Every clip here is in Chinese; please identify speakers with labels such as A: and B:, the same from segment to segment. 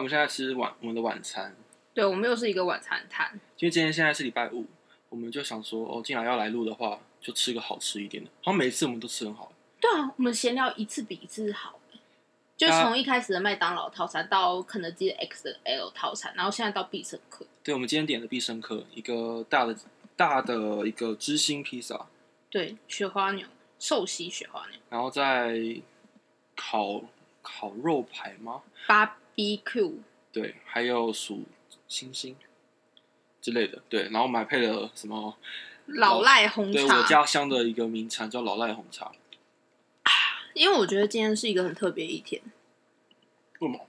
A: 们现在吃晚我们的晚餐，
B: 对我们又是一个晚餐摊，
A: 因为今天现在是礼拜五，我们就想说哦，既然要来录的话，就吃个好吃一点的。好像每一次我们都吃很好，
B: 对啊，我们闲聊一次比一次好，欸就
A: 啊
B: 从一开始的麦当劳套餐到肯德基的 X 的 L 套餐，然后现在到必胜客，
A: 对，我们今天点的必胜客，一个大的大的一个芝心披萨，
B: 对，雪花牛寿喜雪花牛
A: 然后再烤烤肉排吗？
B: BBQ，
A: 对，还有数星星之类的，对，然后我们还配了什么？
B: 老赖红
A: 对我
B: 茶，
A: 家乡的一个名产叫老赖红茶，
B: 因为我觉得今天是一个很特别一天，
A: 为什么？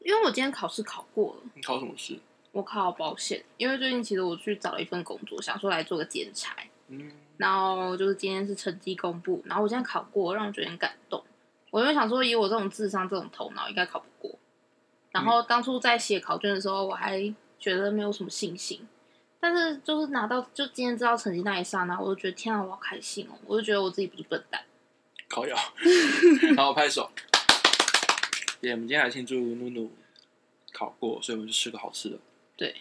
B: 因为我今天考试考过了。
A: 你考什么试？
B: 我考保险，因为最近其实我去找了一份工作，想说来做个兼差，
A: 嗯，
B: 然后就是今天是成绩公布，然后我今天考过，让我觉得很感动。我就想说，以我这种智商、这种头脑，应该考不过。然后当初在写考卷的时候，我还觉得没有什么信心，但是就是拿到就今天知道成绩那一刹那，我就觉得天啊，我好开心哦！我就觉得我自己不是笨蛋。
A: 烤 鸭，然后拍手。对，我们今天来庆祝露露考过，所以我们去吃个好吃的。
B: 对，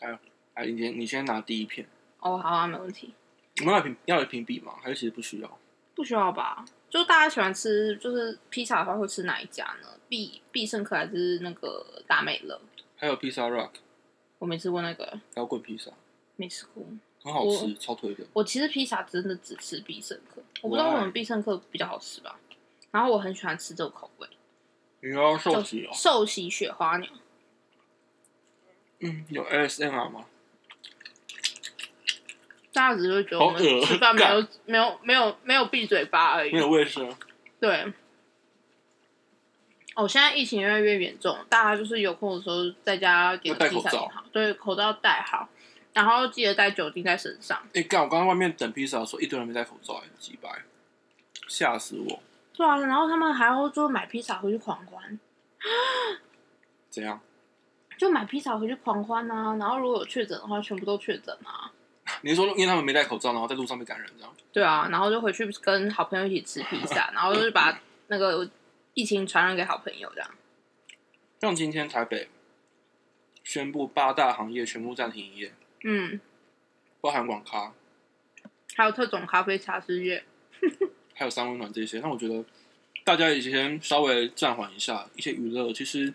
A: 哎，你先你先拿第一片，
B: 哦，好啊，没问题，
A: 我们要有评要有评比吗？还是其实不需要？
B: 不需要吧？就大家喜欢吃就是披萨的话，会吃哪一家呢？必必胜客还是那个达美乐？
A: 还有披萨 rock
B: 我没吃过那个，
A: 摇滚披萨，
B: 没吃过。
A: 很好吃，超推的。
B: 我其实披萨真的只吃必胜客，我不知道为什么必胜客比较好吃吧。然后我很喜欢吃这个口味，
A: 你要寿喜哦
B: 就，寿喜雪花牛，
A: 嗯，有 ASMR 吗？
B: 大家只是会觉得我们
A: 好恶
B: 吃饭没有没有没有没有闭嘴巴而已
A: 没。有卫生。
B: 对。哦，现在疫情越来越严重，大家就是有空的时候在家点
A: 要戴
B: 个披萨
A: 口罩
B: 也好，对，口罩戴好，然后记得带酒精在身上。
A: 哎、干！我刚刚外面等披萨的时候，一堆人没戴口罩、哎，几百，吓死我！
B: 对啊，然后他们还要就是买披萨回去狂欢，
A: 怎样？
B: 就买披萨回去狂欢啊，然后如果有确诊的话，全部都确诊啊。
A: 你是说因为他们没戴口罩，然后在路上被感染这样？
B: 对啊，然后就回去跟好朋友一起吃披萨，然后就是把那个疫情传染给好朋友这样。
A: 像今天台北宣布八大行业全部暂停营业，
B: 嗯，
A: 包含网咖，
B: 还有特种咖啡茶之夜，
A: 还有三温暖这些。但我觉得大家以前稍微暂缓一下一些娱乐，其实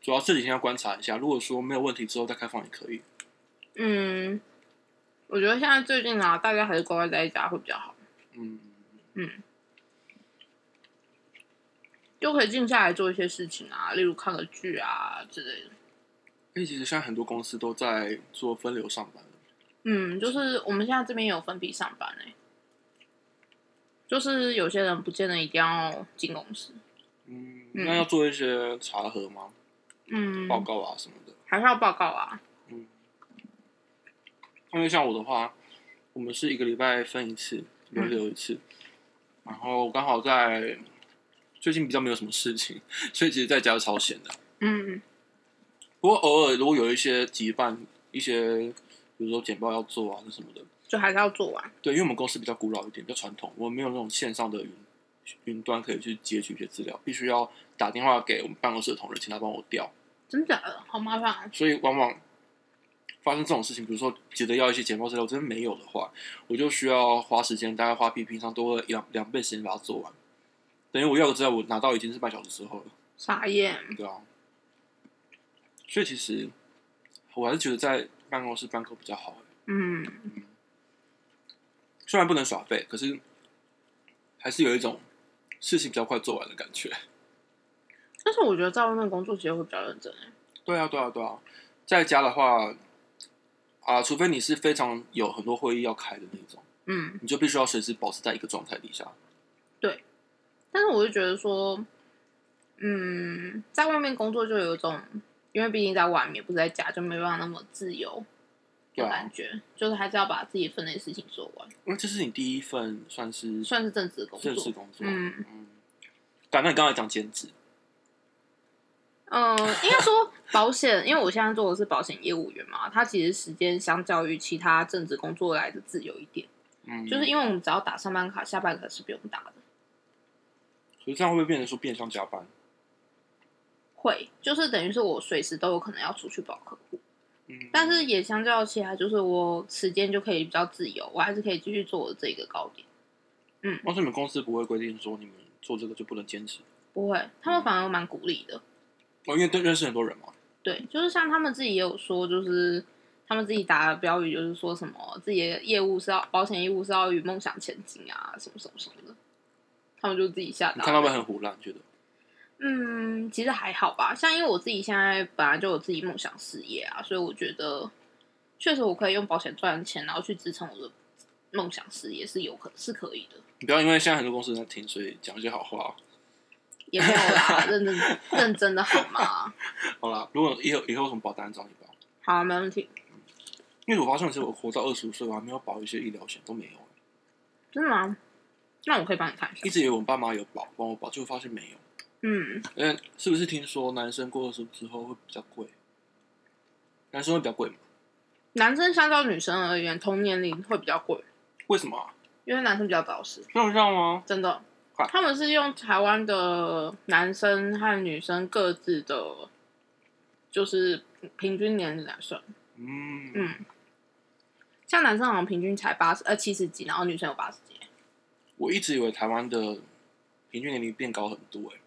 A: 主要这几天要观察一下。如果说没有问题之后再开放也可以。
B: 嗯，我觉得现在最近啊，大家还是乖乖待在家会比较好，
A: 嗯，
B: 就可以静下来做一些事情啊，例如看个剧啊之类的。
A: 因为其实现在很多公司都在做分流上班，
B: 嗯，就是我们现在这边也有分批上班哎、就是有些人不见得一定要进公司，
A: 嗯，
B: 嗯
A: 那要做一些查核吗？
B: 嗯，
A: 报告啊什么的。
B: 还是要报告啊。
A: 嗯因为像我的话，我们是一个礼拜分一次，轮流一次，然后刚好在最近比较没有什么事情，所以其实在家超闲的。
B: 嗯，
A: 不过偶尔如果有一些急办，一些比如说简报要做啊那什么的，
B: 就还是要做完。
A: 对，因为我们公司比较古老一点，比较传统，我们没有那种线上的云云端可以去截取一些资料，必须要打电话给我们办公室的同仁，请他帮我调。
B: 真假的，好麻烦啊、
A: 所以往往发生这种事情，比如说觉得要一些简报资料，我真的没有的话，我就需要花时间，大概花比平常多了两两倍时间把它做完。等于我要的资料，我拿到已经是半小时之后了，
B: 傻眼。
A: 对啊。所以其实我还是觉得在办公室办公比较好，
B: 嗯，
A: 虽然不能耍废，可是还是有一种事情比较快做完的感觉。
B: 但是我觉得在外面工作其实会比较认真欸。
A: 对啊，对啊，对啊，在家的话，啊，除非你是非常有很多会议要开的那种。
B: 嗯，
A: 你就必须要随时保持在一个状态底下。
B: 但是我就觉得说，嗯，在外面工作就有一种，因为毕竟在外面不是在家，就没办法那么自由
A: 对
B: 的
A: 啊
B: 感觉，就是还是要把自己分内的事情做完，
A: 因为这是你第一份算是
B: 算是正职工
A: 正式
B: 作。
A: 工作。
B: 嗯
A: 嗯，对啊，那你刚才讲兼职，
B: 嗯，应该说保险，因为我现在做的是保险业务员嘛，它其实时间相较于其他正职工作来的自由一点，
A: 嗯，
B: 就是因为我们只要打上班卡，下班卡是不用打的。
A: 所以这样会不会变成说变相加班？
B: 会，就是等于是我随时都有可能要出去报课，
A: 嗯，
B: 但是也相较起来，就是我时间就可以比较自由，我还是可以继续做我这个高点。
A: 但是你们公司不会规定说你们做这个就不能兼职，
B: 不会，
A: 嗯
B: 他们反而蛮鼓励的。
A: 哦，因为对认识很多人嘛，
B: 对，就是像他们自己也有说，就是他们自己打的标语，就是说什么自己的业务是要保险业务是要与梦想前进啊，什么什么什么的，他们就自己下
A: 你看到
B: 达
A: 会。很胡乱，觉得
B: 嗯，其实还好吧，像因为我自己现在本来就有自己梦想事业啊，所以我觉得确实我可以用保险赚钱，然后去支撑我的梦想事业是有可是可以的。
A: 你不要因为现在很多公司在听，所以讲一些好话哦。
B: 也没有啦，认真认真的好吗？
A: 好啦，如果以后以后有什么保单找你保，
B: 好，没问题。
A: 因为我发现其实我活到二十五岁，我还没有保一些医疗险，都没有。
B: 真的吗？那我可以帮你看一
A: 一
B: 下。
A: 直以为我爸妈有保，帮我保，结果发现没有。
B: 嗯，
A: 嗯，是不是听说男生过二十之后会比较贵？男生会比较贵吗？
B: 男生相较女生而言，同年龄会比较贵，
A: 为什么、啊？
B: 因为男生比较早熟，
A: 那我知道吗？
B: 真的
A: 快。
B: 他们是用台湾的男生和女生各自的，就是平均年龄来算。
A: 嗯，
B: 嗯，像男生好像平均才八十呃七十几，然后女生有八十几。
A: 我一直以为台湾的平均年龄变高很多、欸，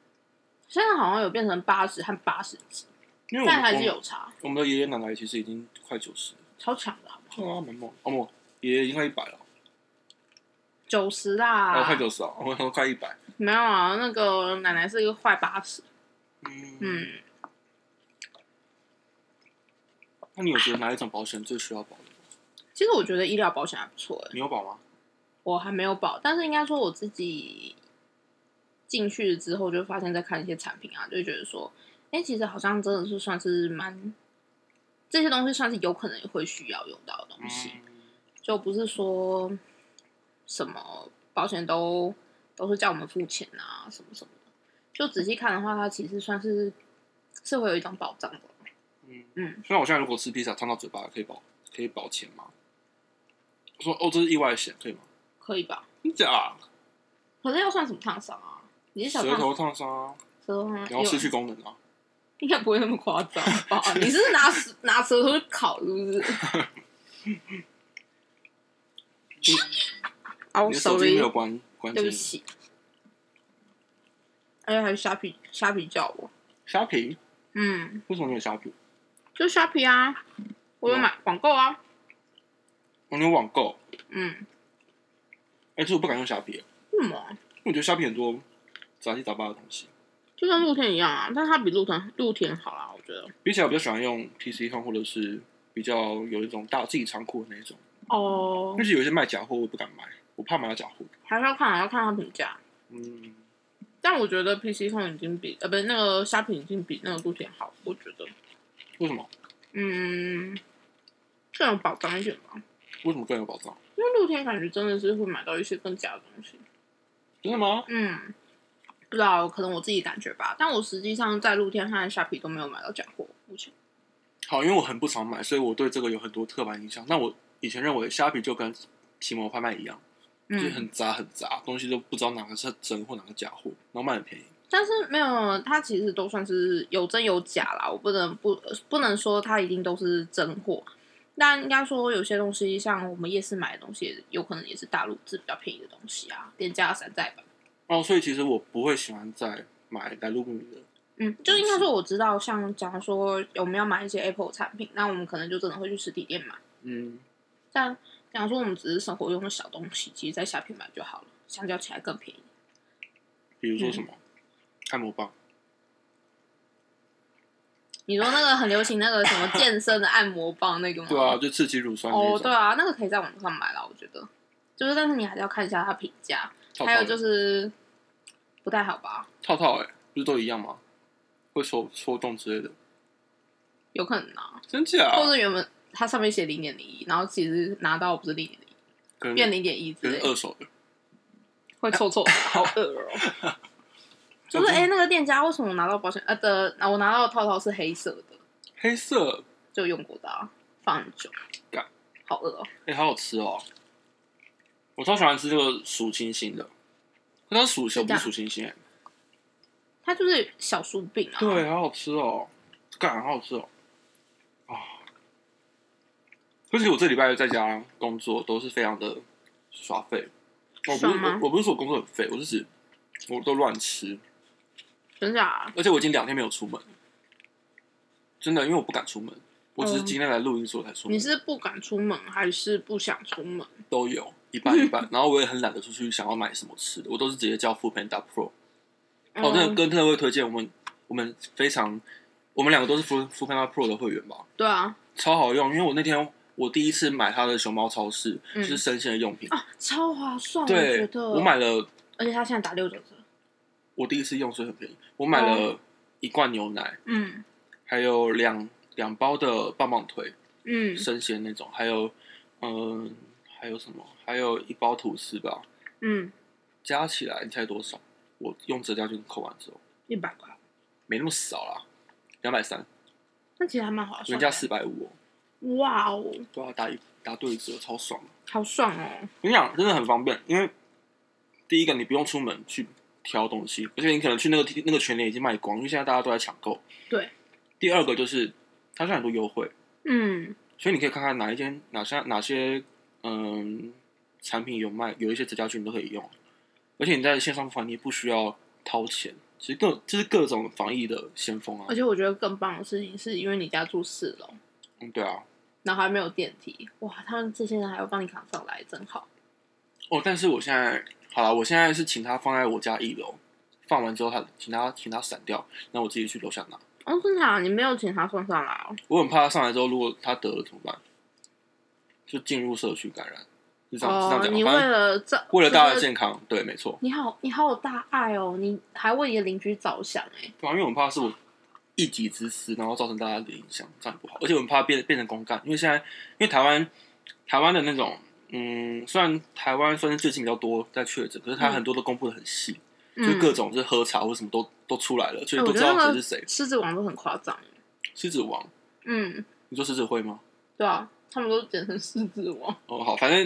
B: 现在好像有变成八十和八十几，
A: 因为我
B: 但
A: 们
B: 还
A: 我
B: 是有
A: 们
B: 差，
A: 我们的爷爷奶奶其实已经快九十，
B: 超强的好不好？
A: 对啊，蛮猛。哦，不，爷爷已经快一百了，
B: 九十啦，
A: 哦，快九十了，我想说快一百。
B: 没有啊，那个奶奶是一个坏八十。
A: 嗯，
B: 嗯，
A: 那你有觉得哪一种保险最需要保的吗？
B: 其实我觉得医疗保险还不错哎，
A: 你有保吗？
B: 我还没有保，但是应该说我自己进去之后就发现，在看一些产品啊，就会觉得说，哎、其实好像真的是算是蛮这些东西算是有可能会需要用到的
A: 嗯
B: 东西，就不是说什么保险都都是叫我们付钱啊，什么什么的。就仔细看的话，它其实算是是会有一种保障的。
A: 嗯嗯
B: 嗯。
A: 虽然我现在如果吃披萨烫到嘴巴，可以保可以保钱吗？我说哦，这是意外险，可以吗？
B: 可以吧？
A: 真假啊？
B: 可是要算什么烫伤啊？你是小嗯
A: 舌
B: 烫
A: 头烫伤啊，
B: 舌头吗？
A: 然后失去功能啊。
B: 应该不会那么夸张 吧？你是拿舌拿舌头去烤是不是？ 啊，
A: 你
B: 我
A: 的手机
B: sorry，
A: 没有关关
B: 对不
A: 机。
B: 起。而且还是虾皮，虾皮叫我，
A: 虾皮？
B: 嗯，
A: 为什么没有虾皮？
B: 就虾皮啊，我有买网购啊，
A: 我有网购，
B: 嗯，
A: 哎，其实我不敢用虾皮，因
B: 为什么啊？
A: 为我觉得虾皮很多杂七杂八的东西。
B: 就跟露天一样啊，但是它比露天露天好啦，我觉得。
A: 比起来，我比较喜欢用 PC 通，或者是比较有一种大自己仓库的那种。
B: 哦
A: 但，是有一些卖假货，我不敢买，我怕买到假货。
B: 还是要看，还啊要看它评价。
A: 嗯，
B: 但我觉得 PC 控已经比呃，不是那个虾皮已经比那个露天好，我觉得。
A: 为什么？
B: 嗯，更有保障一点吧。
A: 为什么更有保障？
B: 因为露天感觉真的是会买到一些更假的东西。
A: 真的吗？
B: 嗯，不知道，可能我自己感觉吧。但我实际上在露天和虾皮都没有买到假货，目前。
A: 好，因为我很不常买，所以我对这个有很多刻板印象。那我以前认为虾皮就跟奇摩拍卖一样，就是
B: 嗯，
A: 很杂很杂，东西都不知道哪个是真货，哪个假货，然后卖很便宜。
B: 但是没有，它其实都算是有真有假啦。我不能不不能说它一定都是真货，但应该说有些东西，像我们夜市买的东西，有可能也是大陆制比较便宜的东西啊，廉价山寨版。
A: 哦，所以其实我不会喜欢再买来路不明的。
B: 嗯，就应该说我知道，像假如说我们要买一些 Apple 产品，那我们可能就真的会去实体店买。
A: 嗯，
B: 但假如说我们只是生活用的小东西，其实在虾皮买就好了，相较起来更便宜。
A: 比
B: 嗯
A: 如说什么、按摩
B: 哦
A: 棒，
B: 你说那个很流行那个什么健身的按摩棒那个吗？
A: 对啊，就刺激乳酸那
B: 哦，对
A: 种。
B: 啊，那个可以在网上买啦，我觉得。就是，但是你还是要看一下它评价，
A: 套
B: 还
A: 套
B: 有
A: 的
B: 就是不太好吧，
A: 套套、欸，不是都一样吗？会抽抽动之类的，
B: 有可能啊，
A: 真假？
B: 或者原本它上面写零点零一，然后其实拿到不是零点零一，
A: 可
B: 变
A: 能
B: 零点一之
A: 可
B: 类
A: 能
B: 的
A: 二手的，
B: 会臭臭的，好恶哦、 就是哎、诶那个店家为什么我拿到保险呃的，那我拿到的套套是黑色的，
A: 黑色，
B: 就用过的、啊，放很久
A: 干，
B: 好饿哦、
A: 哎、好好吃哦！我超喜欢吃这个数星星的，可它是数球
B: 是
A: 不
B: 的
A: 是数星星、欸，
B: 它就是小薯饼啊。
A: 对，好好吃哦，干，好好吃哦，啊！而且我这礼拜在家工作都是非常的耍废，我不是
B: 爽吗
A: 我我不是说我工作很废，我是指我都乱吃，
B: 真假啊？
A: 而且我已经两天没有出门，真的，因为我不敢出门，我只是
B: 嗯
A: 今天来录音的时候才出门，
B: 你是不敢出门还是不想出门？
A: 都有一半一半，然后我也很懒得出去想要买什么吃的，我都是直接叫 Food Panda Pro。哦，真的
B: 嗯
A: 跟特惠推荐，我们我们非常，我们两个都是 Food Food Panda Pro 的会员吧？
B: 对啊，
A: 超好用，因为我那天我第一次买它的熊猫超市，
B: 嗯
A: 就是生鲜的用品，
B: 啊，超划算，我觉
A: 对，
B: 得。
A: 我，买了，
B: 而且它现在打六折折。
A: 我第一次用所以很便宜，我买
B: 哦
A: 了一罐牛奶，
B: 嗯
A: 还有两两包的棒棒腿，
B: 嗯
A: 生鲜那种，还有嗯、呃还有什么，还有一包吐司吧，
B: 嗯，
A: 加起来你猜多少？我用折价券扣完之后，
B: 一百块，
A: 没那么少啦，两百三，
B: 那其实还蛮划
A: 原
B: 算的。
A: 价四百五，哦
B: 哇哦，
A: 对啊，打一打对折，超爽的。
B: 好爽哦！
A: 我跟你讲，真的很方便，因为第一个你不用出门去挑东西，而且你可能去那个地那个全联已经卖光，因为现在大家都在抢购。
B: 对。
A: 第二个就是它现在很多优惠，
B: 嗯
A: 所以你可以看看哪一间哪些哪些嗯产品有卖，有一些折价券你都可以用，而且你在线上付款你也不需要掏钱，其实各这是各种防疫的先锋啊
B: 而。且我觉得更棒的事情是因为你家住四楼，
A: 嗯，对啊。
B: 然后还没有电梯，哇，他们这些人还要帮你扛上来，真好。
A: 哦，但是我现在好了，我现在是请他放在我家一楼，放完之后他请他请他闪掉，那我自己去楼下拿。
B: 哦，真的啊，你没有请他送上来哦？
A: 我很怕他上来之后，如果他得了怎么办？就进入社区感染，是这样、是这样
B: 哦，
A: 讲
B: 你
A: 吗。
B: 为
A: 反正
B: 了这，
A: 为了大家的
B: 就是
A: 健康，对，没错。
B: 你好，你好有大爱哦，你还为你的邻居着想哎。
A: 对啊，因为我很怕是我一己之私，然后造成大家的影响，这样也不好。而且我很怕变变成公干，因为现在因为台湾台湾的那种，嗯，虽然台湾算是最近比较多在确诊，可是它
B: 嗯
A: 很多都公布的很细，就
B: 嗯，
A: 各种就是喝茶或什么都都出来了，所以
B: 哎
A: 都
B: 我
A: 知
B: 觉得
A: 道
B: 那
A: 谁
B: 个
A: 是谁。
B: 狮子王都很夸张。
A: 狮子王，
B: 嗯，
A: 你说狮子会吗？
B: 对啊，他们都简称狮子王。
A: 哦，好，反正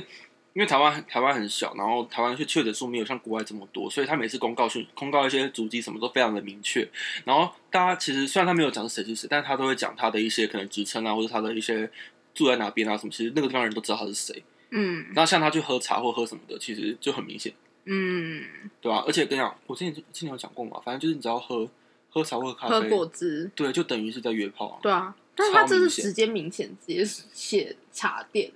A: 因为台湾台湾很小，然后台湾确确诊数没有像国外这么多，所以他每次公告讯公告一些足迹什么都非常的明确。然后大家其实虽然他没有讲是谁是谁，但是他都会讲他的一些可能职称啊，或者他的一些住在哪边啊什么，其实那个地方人都知道他是谁。
B: 嗯
A: 那像他去喝茶或喝什么的，其实就很明显，
B: 嗯，
A: 对吧、而且跟你讲，我之前之前有讲过嘛，反正就是你只要喝喝茶或喝咖
B: 喝
A: 啡，
B: 果汁。
A: 对，就等于是在约炮、啊。
B: 对啊，但是他
A: 超
B: 这是
A: 明显
B: 直接明显直接写茶店，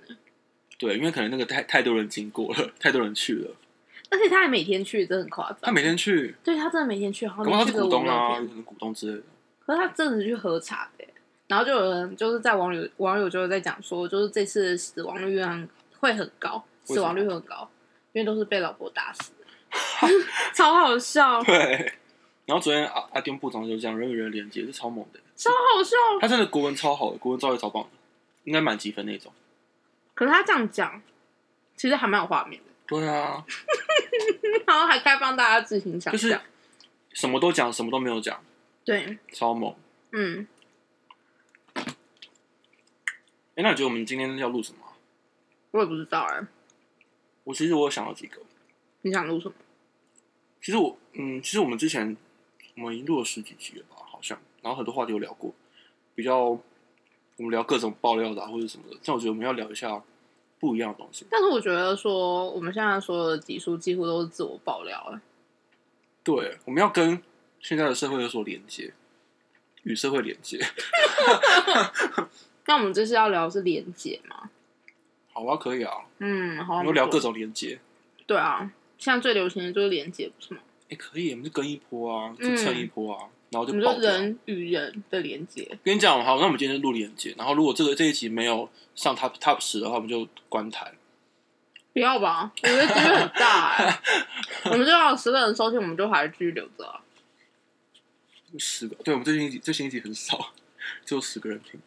A: 对，因为可能那个太太多人经过了，太多人去
B: 嗯
A: 了。
B: 而且他还每天去，真的很夸张。
A: 他每天去，
B: 对他真的每天去，然后
A: 可能他
B: 去
A: 是
B: 个
A: 股
B: 五
A: 东啊，
B: 六
A: 有
B: 天，
A: 可能股东之类的。
B: 可是他真的是去喝茶的耶、然后就有人就是在网友网友就有在讲说，就是这次的死亡率很会很高，
A: 为什么
B: 死亡率会很高，因为都是被老婆打死的， 超好笑，超
A: 对。然后昨天阿阿丁部长就讲人与人的连接是超猛的，
B: 好笑。
A: 他真的国文超好的，国文造诣超棒的，应该满积分那种。
B: 可是他这样讲，其实还蛮有画面的，
A: 对啊，
B: 然后还开放大家自行想
A: 就是
B: 象。
A: 什么都讲，什么都没有讲，
B: 对，
A: 超猛。
B: 嗯，
A: 哎，那你觉得我们今天要录什么啊？
B: 我也不知道哎、
A: 我其实我有想到几个，
B: 你想录什么？
A: 其实我嗯，其实我们之前我们已经录了十几集了吧，好像，然后很多话题有聊过，比较我们聊各种爆料的、啊、或者什么的，但我觉得我们要聊一下不一样的东西。
B: 但是我觉得说我们现在所有的集数几乎都是自我爆料了，
A: 对，我们要跟现在的社会有所连接，与社会连接。
B: 那我们这次要聊的是连结嘛？
A: 好啊，可以啊，
B: 嗯，好
A: 我们
B: 像不
A: 就聊各
B: 错。
A: 种连接。
B: 对啊，现在最流行的就是连接，不是吗？
A: 哎、可以，我们就跟一波啊，就蹭一波啊，然后
B: 我
A: 就
B: 们
A: 爆
B: 嗯说
A: 掉。
B: 人与人的连接，
A: 跟你讲，好，那我们今天就录连接，然后如果这个这一集没有上 top top 十的话，我们就关台。
B: 不要吧？我觉得几率很大哎、 我们就要有十个人收听，我们就还继续留着啊、
A: 十个，对我们最新一集最新一集很少，只有十个人听，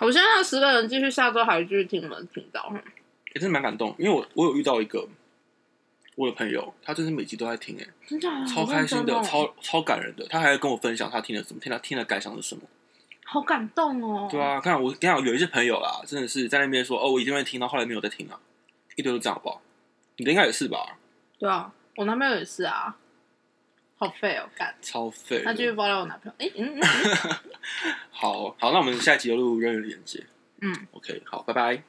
B: 我现在要十个人继续下周还继续听我们的频道，哼
A: 也、哎真的蛮感动，因为我我有遇到一个我的朋友，他真是每集都在听、哎，
B: 真的啊
A: 超开心的，
B: 好认真哦
A: 超超感人的，他还跟我分享他听了什么，听他听了感想是什么。
B: 好感动哦。
A: 对，啊，看我跟你讲，有一些朋友啦，真的是在那边说哦，我一定会听，到后来没有在听啊，一堆都这样好不好？你的应该也是吧？
B: 对啊，我男朋友也是啊，好废哦，干。
A: 超废的。
B: 那继续爆料我男朋友。哎、嗯嗯嗯
A: 好好，那我们下一集就录人与连接。
B: 嗯。
A: OK，好，拜拜。